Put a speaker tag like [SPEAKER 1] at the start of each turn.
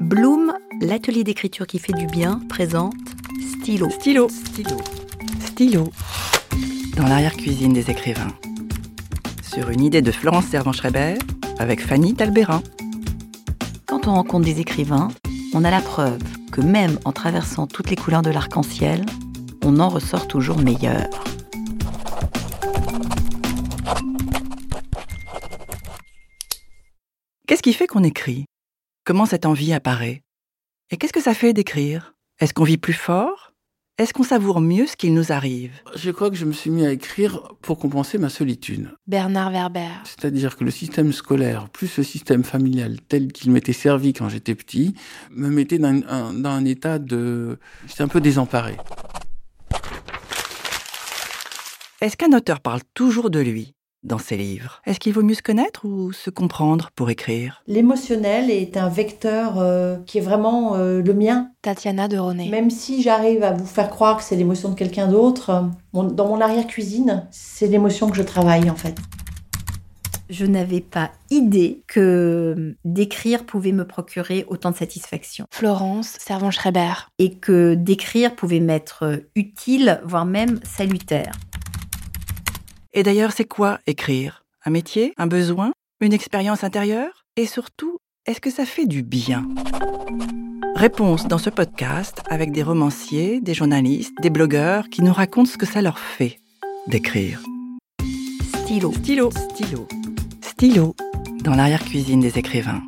[SPEAKER 1] Bloom, l'atelier d'écriture qui fait du bien, présente Stylo.
[SPEAKER 2] Stylo.
[SPEAKER 3] Stylo.
[SPEAKER 2] Stylo.
[SPEAKER 3] Dans l'arrière-cuisine des écrivains. Sur une idée de Florence Servan-Schreiber avec Fanny Talbérin.
[SPEAKER 1] Quand on rencontre des écrivains, on a la preuve que même en traversant toutes les couleurs de l'arc-en-ciel, on en ressort toujours meilleur.
[SPEAKER 3] Qu'est-ce qui fait qu'on écrit Comment cette envie apparaît Et qu'est-ce que ça fait d'écrire Est-ce qu'on vit plus fort Est-ce qu'on savoure mieux ce qu'il nous arrive
[SPEAKER 4] Je crois que je me suis mis à écrire pour compenser ma solitude.
[SPEAKER 2] Bernard Werber.
[SPEAKER 4] C'est-à-dire que le système scolaire, plus le système familial tel qu'il m'était servi quand j'étais petit, me mettait dans un, dans un état de... J'étais un peu désemparé.
[SPEAKER 3] Est-ce qu'un auteur parle toujours de lui dans ses livres Est-ce qu'il vaut mieux se connaître ou se comprendre pour écrire
[SPEAKER 5] L'émotionnel est un vecteur euh, qui est vraiment euh, le mien.
[SPEAKER 2] Tatiana de Ronet.
[SPEAKER 5] Même si j'arrive à vous faire croire que c'est l'émotion de quelqu'un d'autre, euh, mon- dans mon arrière-cuisine, c'est l'émotion que je travaille en fait.
[SPEAKER 6] Je n'avais pas idée que d'écrire pouvait me procurer autant de satisfaction
[SPEAKER 2] Florence Servan-Schreiber.
[SPEAKER 6] et que d'écrire pouvait m'être utile, voire même salutaire.
[SPEAKER 3] Et d'ailleurs, c'est quoi écrire Un métier Un besoin Une expérience intérieure Et surtout, est-ce que ça fait du bien Réponse dans ce podcast avec des romanciers, des journalistes, des blogueurs qui nous racontent ce que ça leur fait d'écrire.
[SPEAKER 1] Stylo.
[SPEAKER 3] Stylo. Stylo. Stylo. Dans l'arrière-cuisine des écrivains.